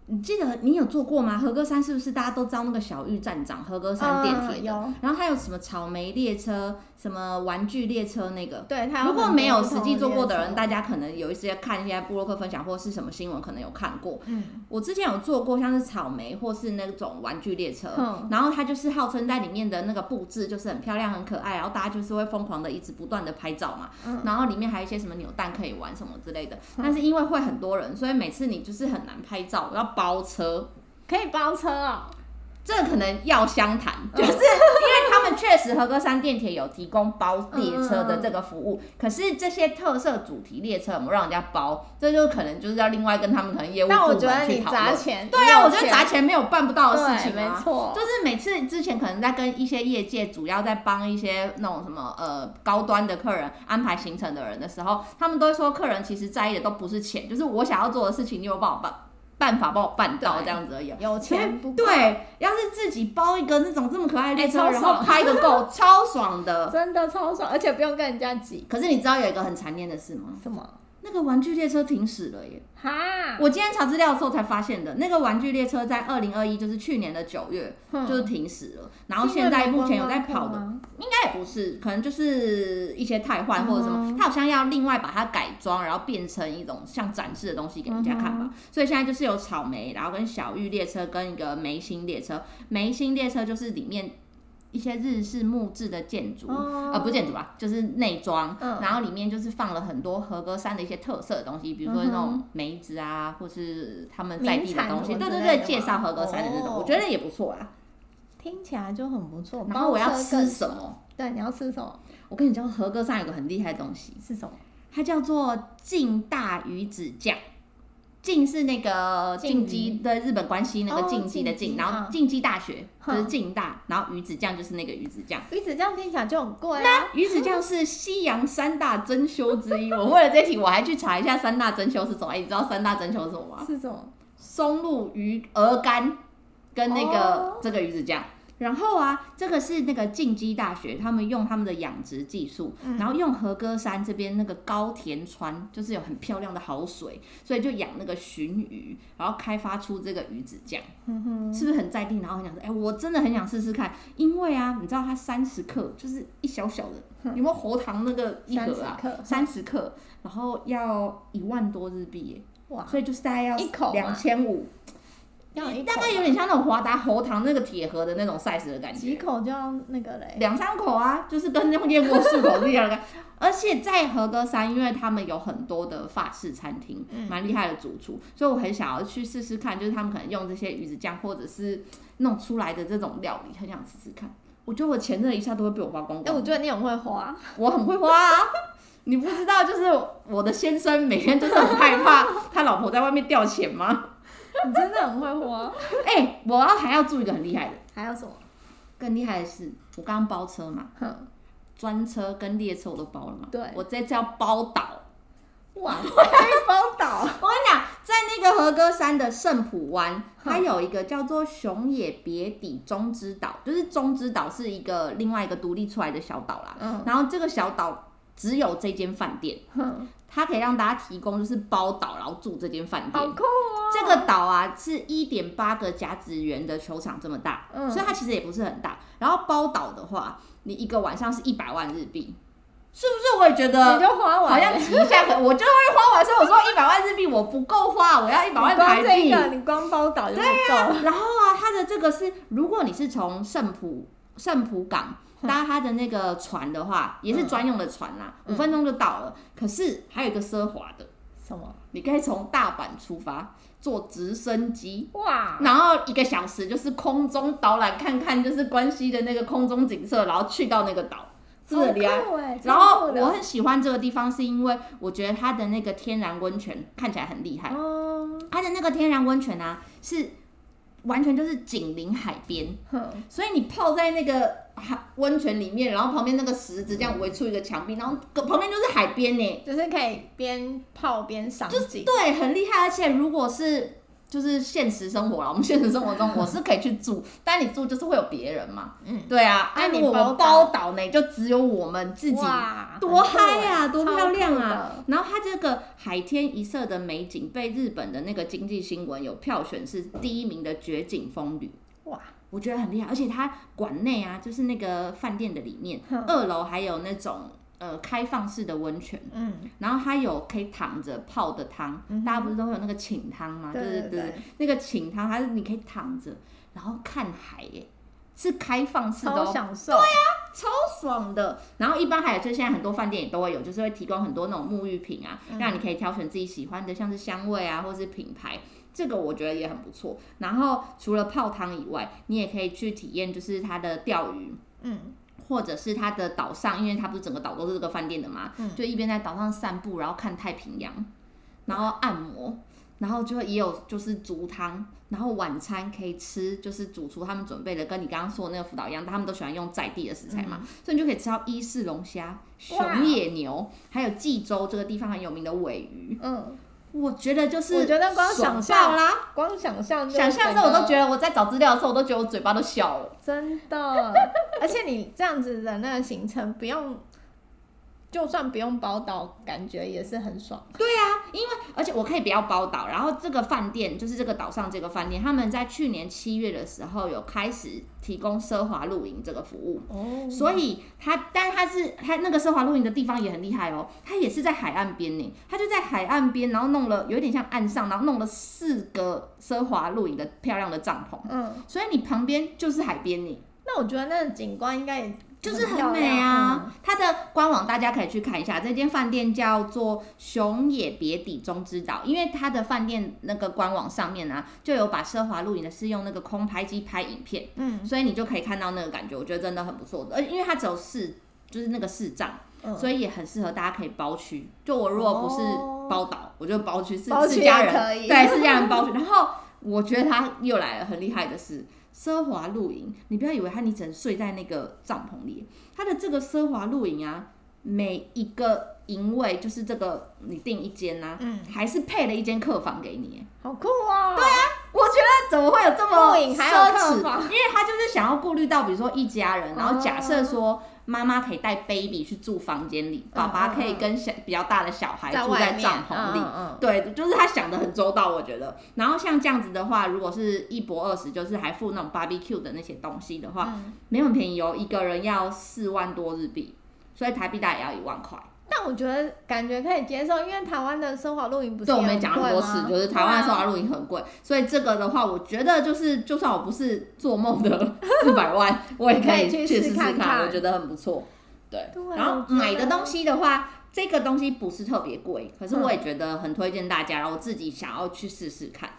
Speaker 1: 你记得你有做过吗？和歌山是不是大家都知道那个小玉站长和歌山电铁的？
Speaker 2: 嗯
Speaker 1: 然后还有什么草莓列车、什么玩具列车那个
Speaker 2: 有，？对，它有
Speaker 1: 如果
Speaker 2: 很多
Speaker 1: 没有
Speaker 2: 不同
Speaker 1: 实际做过的
Speaker 2: 列
Speaker 1: 人，
Speaker 2: 车
Speaker 1: 大家可能有一些看一些布洛克分享或是什么新闻，可能有看过。
Speaker 2: 嗯，
Speaker 1: 我之前有做过，像是草莓或是那种玩具列车，
Speaker 2: 嗯
Speaker 1: 然后它就是号称在里面的那个布置就是很漂亮、很可爱，然后大家就是会疯狂的一直不断的拍照嘛，
Speaker 2: 嗯
Speaker 1: 然后里面还有一些什么扭蛋可以玩什么之类的，但是因为会很多人，所以每次你就是很难拍照，要包车，
Speaker 2: 可以包车哦，
Speaker 1: 这可能要相谈，
Speaker 2: 嗯
Speaker 1: 就是因为他们确实和歌山电铁有提供包列车的这个服
Speaker 2: 嗯
Speaker 1: 务，可是这些特色主题列车我们让人家包，这就可能就是要另外跟他们可能业务
Speaker 2: 但我
Speaker 1: 部
Speaker 2: 觉得
Speaker 1: 门去
Speaker 2: 你
Speaker 1: 讨
Speaker 2: 砸
Speaker 1: 论。
Speaker 2: 钱，
Speaker 1: 对啊，
Speaker 2: 你有
Speaker 1: 我觉得砸
Speaker 2: 钱
Speaker 1: 钱没有办不到的事情
Speaker 2: 对没
Speaker 1: 啊。
Speaker 2: 错，
Speaker 1: 就是每次之前可能在跟一些业界主要在帮一些那种什么呃高端的客人安排行程的人的时候，他们都会说客人其实在意的都不是钱，就是我想要做的事情，你有帮我办办法帮我办到
Speaker 2: 对
Speaker 1: 这样子而 [LAUGHS] 已啊。
Speaker 2: 有钱不够，
Speaker 1: 对，要是自己包一个那种这么可爱的列车，
Speaker 2: 哎超
Speaker 1: 然
Speaker 2: 爽
Speaker 1: 后拍个够，超爽 [LAUGHS] 的。
Speaker 2: 真的超爽，而且不用跟人家挤。
Speaker 1: 可是你知道有一个很残念的事吗？
Speaker 2: 什么？
Speaker 1: 那个玩具列车停驶了耶！
Speaker 2: 哈？
Speaker 1: 我今天查资料的时候才发现的。那个玩具列车在二零二一，就是去年的九月，
Speaker 2: 哼
Speaker 1: 就是停驶了。然后现在目前有在跑的，
Speaker 2: 的，
Speaker 1: 应该也不是，可能就是一些汰换或者什么
Speaker 2: 嗯，
Speaker 1: 它好像要另外把它改装，然后变成一种像展示的东西给人家看
Speaker 2: 嗯
Speaker 1: 吧。所以现在就是有草莓，然后跟小玉列车跟一个梅星列车。梅星列车就是里面一些日式木质的建筑，
Speaker 2: 哦
Speaker 1: 呃，不是建筑啊，就是内装，
Speaker 2: 嗯
Speaker 1: 然后里面就是放了很多和歌山的一些特色的东西，比如说那
Speaker 2: 嗯
Speaker 1: 种梅子啊，或是他们在地
Speaker 2: 名
Speaker 1: 的
Speaker 2: 产
Speaker 1: 东西，
Speaker 2: 什么
Speaker 1: 对
Speaker 2: 之
Speaker 1: 对对，
Speaker 2: 类的
Speaker 1: 介
Speaker 2: 吗
Speaker 1: 绍和歌山的那种，
Speaker 2: 哦
Speaker 1: 我觉得也不错啊。
Speaker 2: 听起来就很不错。
Speaker 1: 然后哦我要
Speaker 2: 包车
Speaker 1: 吃
Speaker 2: 更
Speaker 1: 什么？
Speaker 2: 对，你要吃什么？
Speaker 1: 我跟你讲，和歌山有个很厉害的东西，
Speaker 2: 是什么？
Speaker 1: 它叫做近大鱼子酱。近是那个进
Speaker 2: 近
Speaker 1: 击的日本关系那个
Speaker 2: 哦
Speaker 1: 进击的
Speaker 2: 近
Speaker 1: 进，
Speaker 2: 畿
Speaker 1: 然后进击大学就
Speaker 2: 嗯
Speaker 1: 是近大，然后鱼子酱就是那个鱼子酱。
Speaker 2: 鱼子酱听起来就很贵啊。
Speaker 1: 鱼子酱是西洋三大珍馐之一。我为了这题，我还去查一下三大珍馐是什么。哎你知道三大珍馐是什么吗？
Speaker 2: 是什么？
Speaker 1: 松露鱼鹅肝跟那个、
Speaker 2: 哦
Speaker 1: 这个鱼子酱。然后啊，这个是那个近畿大学，他们用他们的养殖技术，
Speaker 2: 嗯
Speaker 1: 然后用和歌山这边那个高田川，就是有很漂亮的好水，所以就养那个鲟鱼，然后开发出这个鱼子酱，
Speaker 2: 哼嗯哼，
Speaker 1: 是不是很在地？然后很想说，哎、我真的很想试试看，因为啊，你知道它三十克就是一小小的，
Speaker 2: [LAUGHS]
Speaker 1: 有没有喉糖那个一盒啊？
Speaker 2: 克
Speaker 1: 三十克，然后要一万多日币耶，
Speaker 2: 哇，
Speaker 1: 所以就是大概要
Speaker 2: 一口啊
Speaker 1: 两
Speaker 2: 嘛
Speaker 1: 千五，
Speaker 2: 要一口啊
Speaker 1: 大概有点像那种华达喉糖那个铁盒的那种 size 的感
Speaker 2: 几
Speaker 1: 觉，
Speaker 2: 口就要那个嘞。
Speaker 1: 两三口啊，就是跟那种燕窝漱口是一样
Speaker 2: [LAUGHS]
Speaker 1: 的。而且在和歌山，因为他们有很多的法式餐厅，
Speaker 2: 嗯
Speaker 1: 蛮厉害的主厨，所以我很想要去试试看，就是他们可能用这些鱼子酱或者是弄出来的这种料理，很想试试看。我觉得我钱真的一下都会被我花光
Speaker 2: 哎，
Speaker 1: 光。
Speaker 2: 我觉得你很会花，
Speaker 1: 我很会花、啊。你不知道，就是我的先生每天就是很害怕他老婆在外面掉钱
Speaker 2: [LAUGHS]
Speaker 1: 吗？
Speaker 2: 你真的很会 [LAUGHS] 花。
Speaker 1: 哎、我要还要注意一个很厉害的，
Speaker 2: 还有什么？
Speaker 1: 更厉害的是，我刚刚包车嘛，
Speaker 2: 哼，
Speaker 1: 专车跟列车我都包了嘛，
Speaker 2: 对
Speaker 1: 我这次要包岛。
Speaker 2: 哇，我还包岛，
Speaker 1: 我跟你讲，在那个和歌山的圣浦湾，它有一个叫做熊野别邸中之岛，就是中之岛是一个另外一个独立出来的小岛啦。
Speaker 2: 嗯
Speaker 1: 然后这个小岛只有这间饭店，
Speaker 2: 哼
Speaker 1: 它可以让大家提供就是包岛，然后住这间饭店
Speaker 2: 好。酷哦！
Speaker 1: 这个岛啊是一点八个甲子园的球场这么大，
Speaker 2: 嗯
Speaker 1: 所以它其实也不是很大。然后包岛的话，你一个晚上是一百万日币，是不是？我也觉得
Speaker 2: 啊你就花完了，
Speaker 1: 好像提一下，可我就会花完，所以我说一百万日币我不够花，我要一
Speaker 2: 你
Speaker 1: 百万
Speaker 2: 光
Speaker 1: 台
Speaker 2: 这
Speaker 1: 币。
Speaker 2: 个，你光包岛就不够，
Speaker 1: 然后啊，它的这个是，如果你是从圣浦圣浦港搭它的那个船的话，也是专用的船啦，五、
Speaker 2: 嗯
Speaker 1: 分钟就到了。可是还有一个奢华的，
Speaker 2: 什么？
Speaker 1: 你可以从大阪出发，坐直升机。
Speaker 2: 哇，
Speaker 1: 然后一个小时就是空中导览，看看就是关西的那个空中景色，然后去到那个岛，是不是很厉害？
Speaker 2: 好酷欸
Speaker 1: 然后
Speaker 2: 超酷的
Speaker 1: 我很喜欢这个地方，是因为我觉得它的那个天然温泉看起来很厉害。
Speaker 2: 哦，
Speaker 1: 它的那个天然温泉啊，是完全就是紧邻海边，
Speaker 2: 哼，
Speaker 1: 所以你泡在那个海温泉里面，然后旁边那个石子这样围出一个墙壁，然后旁边就是海边呢、
Speaker 2: 就是可以边泡边赏景，
Speaker 1: 对，很厉害。而且如果是就是现实生活啦， [LAUGHS] 我们现实生活中我是可以去住，但你住就是会有别人嘛。
Speaker 2: 嗯，
Speaker 1: 对啊，
Speaker 2: 那
Speaker 1: 啊
Speaker 2: 你
Speaker 1: 如果我
Speaker 2: 包岛
Speaker 1: 包岛呢，就只有我们自己
Speaker 2: 哇
Speaker 1: 多嗨呀、
Speaker 2: 很酷
Speaker 1: 多
Speaker 2: 欸
Speaker 1: 漂亮
Speaker 2: 超酷
Speaker 1: 啊
Speaker 2: 的！
Speaker 1: 然后它这个海天一色的美景被日本的那个经济新闻有票选是第一名的绝景风旅，
Speaker 2: 哇，
Speaker 1: 我觉得很厉害。而且它馆内啊，就是那个饭店的里面，
Speaker 2: 哼
Speaker 1: 二楼还有那种呃开放式的温泉，
Speaker 2: 嗯，
Speaker 1: 然后它有可以躺着泡的汤，
Speaker 2: 嗯哼
Speaker 1: 大家不是都会有那个寝汤吗？
Speaker 2: 对
Speaker 1: 对
Speaker 2: 对对，
Speaker 1: 那个寝汤它是你可以躺着，然后看海耶。是开放式的、
Speaker 2: 超
Speaker 1: 哦，
Speaker 2: 享受，对呀，
Speaker 1: 超爽的。然后一般还有，就现在很多饭店也都会有，就是会提供很多那种沐浴品啊，
Speaker 2: 嗯
Speaker 1: 让你可以挑选自己喜欢的，像是香味啊，或是品牌。这个我觉得也很不错。然后除了泡汤以外，你也可以去体验，就是它的钓鱼，
Speaker 2: 嗯，
Speaker 1: 或者是它的岛上，因为它不是整个岛都是这个饭店的嘛，
Speaker 2: 嗯
Speaker 1: 就一边在岛上散步，然后看太平洋，然后按摩，然后就也有就是足汤，然后晚餐可以吃，就是主厨他们准备的，跟你刚刚说的那个辅导一样，他们都喜欢用在地的食材嘛，所以你就可以吃到伊势龙虾、
Speaker 2: 嗯哇
Speaker 1: 熊野牛，还有济州这个地方很有名的尾鱼，
Speaker 2: 嗯，
Speaker 1: 我觉得就是
Speaker 2: 我觉得光
Speaker 1: 爽
Speaker 2: 想象
Speaker 1: 爆啦，
Speaker 2: 光想象就
Speaker 1: 想象之后我都
Speaker 2: 整
Speaker 1: 觉得我在找资料的时候，我都觉得我嘴巴都笑了。
Speaker 2: 个真的， [LAUGHS] 而且你这样子的那个行程不用，就算不用包岛，感觉也是很爽，
Speaker 1: 而且我可以不要包岛，然后这个饭店就是这个岛上这个饭店，他们在去年七月的时候有开始提供奢华露营这个服务，
Speaker 2: 哦
Speaker 1: 所以它，但它是它那个奢华露营的地方也很厉害哦，它也是在海岸边呢，它就在海岸边，然后弄了有点像岸上，然后弄了四个奢华露营的漂亮的帐篷，
Speaker 2: 嗯，
Speaker 1: 所以你旁边就是海边呢，
Speaker 2: 那我觉得那个景观应该也
Speaker 1: 就是
Speaker 2: 漂
Speaker 1: 很
Speaker 2: 亮嗯
Speaker 1: 美啊！。它的官网大家可以去看一下，这间饭店叫做熊野别邸中之岛，因为它的饭店那个官网上面啊，就有把奢华露营的是用那个空拍机拍影片，
Speaker 2: 嗯
Speaker 1: 所以你就可以看到那个感觉，我觉得真的很不错的。而且因为它只有四，就是那个四帐，
Speaker 2: 嗯
Speaker 1: 所以也很适合大家可以包区。就我如果不是
Speaker 2: 哦
Speaker 1: 包岛，我就包区是
Speaker 2: 包区
Speaker 1: 是家
Speaker 2: 也
Speaker 1: 人，
Speaker 2: 可以
Speaker 1: 对，是家人包区。然后我觉得他又来了，很厉害的是奢华露营。你不要以为他你只能睡在那个帐篷里，他的这个奢华露营啊，每一个营位就是这个你订一间呐、
Speaker 2: 嗯，
Speaker 1: 还是配了一间客房给你耶。
Speaker 2: 好酷哦！对啊，
Speaker 1: 我觉得怎么会有这么
Speaker 2: 露
Speaker 1: 奢
Speaker 2: 营还有客
Speaker 1: 侈？
Speaker 2: 房
Speaker 1: 因为他就是想要顾虑到，比如说一家人，然后假设说妈妈可以带 baby 去住房间里，
Speaker 2: 嗯
Speaker 1: 爸爸可以
Speaker 2: 嗯嗯
Speaker 1: 跟小比较大的小孩住
Speaker 2: 外
Speaker 1: 在
Speaker 2: 面
Speaker 1: 帐篷里。
Speaker 2: 嗯
Speaker 1: 对，就是他想的很周到，我觉得。然后像这样子的话，如果是一博二十，就是还附那种 barbecue 的那些东西的话，
Speaker 2: 嗯
Speaker 1: 没有很便宜哦，一个人要四万多日币，所以台币大概也要一万块。
Speaker 2: 但我觉得感觉可以接受，因为台湾的奢华露营不是
Speaker 1: 对，我们也
Speaker 2: 也很
Speaker 1: 讲了很多
Speaker 2: 贵吗
Speaker 1: 次，就是台湾的
Speaker 2: 对
Speaker 1: 奢
Speaker 2: 啊
Speaker 1: 华露营很贵，所以这个的话，我觉得就是就算我不是做梦的 [LAUGHS] 四百万，我也
Speaker 2: 可以
Speaker 1: 去
Speaker 2: 去
Speaker 1: 试
Speaker 2: 试
Speaker 1: 试
Speaker 2: 看看
Speaker 1: 我觉得很不错。对，
Speaker 2: 对啊
Speaker 1: 然
Speaker 2: 我
Speaker 1: 后
Speaker 2: 觉
Speaker 1: 买的
Speaker 2: 得
Speaker 1: 东西的话，这个东西不是特别贵，可是我也觉得很推荐大家，然后我自己想要去试试看。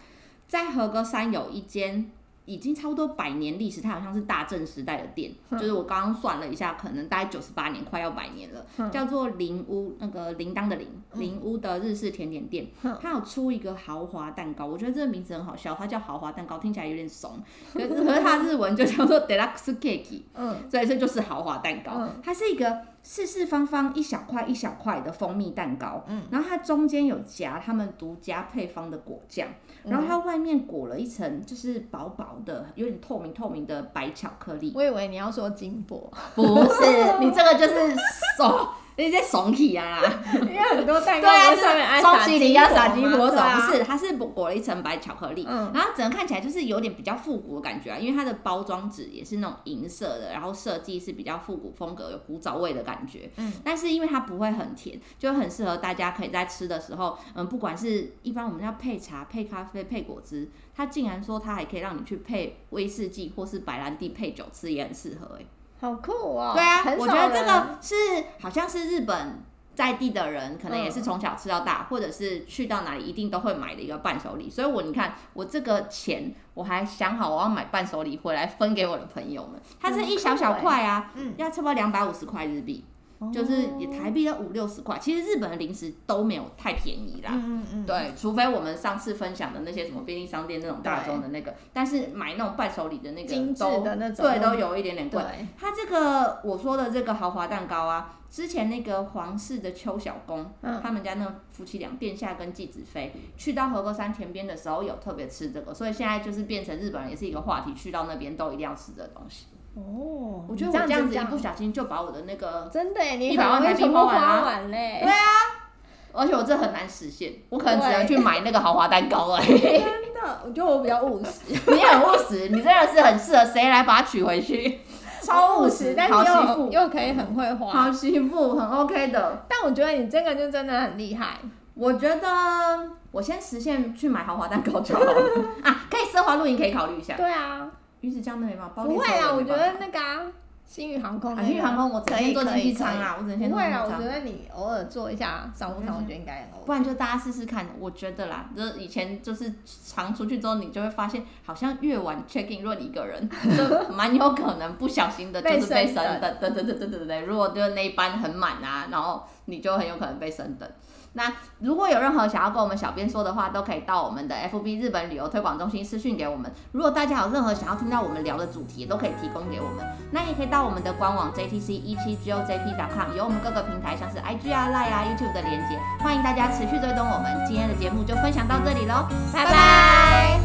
Speaker 1: 在和歌山有一间已经差不多百年历史，它好像是大正时代的店，
Speaker 2: 嗯
Speaker 1: 就是我刚刚算了一下，可能大概九十八年，快要百年了，
Speaker 2: 嗯
Speaker 1: 叫做林屋那个铃铛的铃，林屋的日式甜点店，
Speaker 2: 嗯
Speaker 1: 它有出一个豪华蛋糕，我觉得这个名字很好笑，它叫豪华蛋糕，听起来有点怂，可是可是它日文就叫做 deluxe cake，
Speaker 2: 嗯，
Speaker 1: 所以这就是豪华蛋糕，
Speaker 2: 嗯
Speaker 1: 它是一个四四方方一小块一小块的蜂蜜蛋糕，嗯，然后它中间有夹他们独家配方的果酱，然后它外面裹了一层就是薄薄的、有点透明透明的白巧克力，
Speaker 2: 我以为你要说金箔，
Speaker 1: 不是， [LAUGHS] 你这个就是怂，你在怂起啊！
Speaker 2: [LAUGHS] 因为很多蛋
Speaker 1: 对啊，
Speaker 2: 糕
Speaker 1: 就是
Speaker 2: 上面爱
Speaker 1: 双喜
Speaker 2: 鸡
Speaker 1: 你要撒鸡
Speaker 2: 箔
Speaker 1: 婆手，
Speaker 2: 嘛，
Speaker 1: 不是，它是裹了一层白巧克力，
Speaker 2: 啊嗯
Speaker 1: 然后整个看起来就是有点比较复古的感觉啊，因为它的包装纸也是那种银色的，然后设计是比较复古风格，有古早味的感觉，
Speaker 2: 嗯，
Speaker 1: 但是因为它不会很甜，就很适合大家可以在吃的时候，嗯，不管是一般我们要配茶、配咖啡、配果汁，它竟然说它还可以让你去配威士忌或是白兰地配酒吃，也很适合哎、
Speaker 2: 好酷哦！
Speaker 1: 对啊，
Speaker 2: 很
Speaker 1: 我
Speaker 2: 少
Speaker 1: 觉得这
Speaker 2: 人
Speaker 1: 个是好像是日本在地的人，可能也是
Speaker 2: 嗯
Speaker 1: 从小吃到大，或者是去到哪里一定都会买的一个伴手礼。所以我你看，我这个钱我还想好我要买伴手礼回来分给我的朋友们，它是一小小块啊，
Speaker 2: 嗯
Speaker 1: 要差不多两百五十块日币，
Speaker 2: 哦
Speaker 1: 就是也台币要五六十块。其实日本的零食都没有太便宜啦。
Speaker 2: 嗯嗯嗯，
Speaker 1: 对，除非我们上次分享的那些什么便利商店那种大
Speaker 2: 对
Speaker 1: 宗的那个，但是买那种伴手礼的那个
Speaker 2: 精致
Speaker 1: 都
Speaker 2: 的那种
Speaker 1: 对，都有一点点贵。
Speaker 2: 对，
Speaker 1: 它这个我说的这个豪华蛋糕啊，之前那个皇室的邱小公，
Speaker 2: 嗯
Speaker 1: 他们家那夫妻俩殿下跟纪子妃去到和歌山田边的时候有特别吃这个，所以现在就是变成日本人也是一个话题，去到那边都一定要吃这个东西。
Speaker 2: 哦，
Speaker 1: 我觉得
Speaker 2: 你
Speaker 1: 我这样子一
Speaker 2: 讲
Speaker 1: 不小心就把我的那个，
Speaker 2: 真的耶，
Speaker 1: 100
Speaker 2: 你
Speaker 1: 万
Speaker 2: 很
Speaker 1: 台
Speaker 2: 容易
Speaker 1: 币
Speaker 2: 全部
Speaker 1: 花完啊
Speaker 2: 花完嘞，对，
Speaker 1: 而且我这很难实现，我可能只能去买那个豪华蛋糕而已。 [LAUGHS]
Speaker 2: 真的，我觉得我比较务实，
Speaker 1: 你很务实，你真的是很适合谁来把它娶回去，超务实，
Speaker 2: 但
Speaker 1: 好
Speaker 2: 是
Speaker 1: 媳
Speaker 2: 又
Speaker 1: 妇，
Speaker 2: 又可以很会花。
Speaker 1: 好媳妇，很 OK 的。
Speaker 2: 但我觉得你这个就真的很厉害，
Speaker 1: 我觉得我先实现去买豪华蛋糕就好
Speaker 2: [LAUGHS]
Speaker 1: 了啊，可以奢华露营可以考虑一下。
Speaker 2: 对啊，
Speaker 1: 鱼子酱那没办法，包
Speaker 2: 不会
Speaker 1: 啊，
Speaker 2: 啊，我觉得那个啊，星宇航空
Speaker 1: 啊，
Speaker 2: 那个，
Speaker 1: 新宇航空我整
Speaker 2: 可以
Speaker 1: 天坐经济舱
Speaker 2: 可以
Speaker 1: 啊，我整
Speaker 2: 可以
Speaker 1: 天
Speaker 2: 不
Speaker 1: 坐
Speaker 2: 会
Speaker 1: 经
Speaker 2: 啊，
Speaker 1: 济
Speaker 2: 我觉
Speaker 1: 舱。
Speaker 2: 得你偶尔做一下商务
Speaker 1: 嗯
Speaker 2: 舱，我觉得应该很 OK。
Speaker 1: 不然就大家试试看，我觉得啦，就是以前就是常出去之后，你就会发现，好像越晚 check in，如果你一个人， [LAUGHS] 就蛮有可能不小心的就是被
Speaker 2: 被
Speaker 1: 升
Speaker 2: 升
Speaker 1: 等，对对对对对对。如果就是那一班很满啊，然后你就很有可能被升等。那如果有任何想要跟我们小编说的话，都可以到我们的 FB 日本旅游推广中心私讯给我们。如果大家有任何想要听到我们聊的主题，也都可以提供给我们。那也可以到我们的官网 JTC 一七 GOJP.com，有我们各个平台像是 IG 啊、Line 啊、YouTube 的连接，欢迎大家持续追踪我们。今天的节目就分享到这里喽，拜拜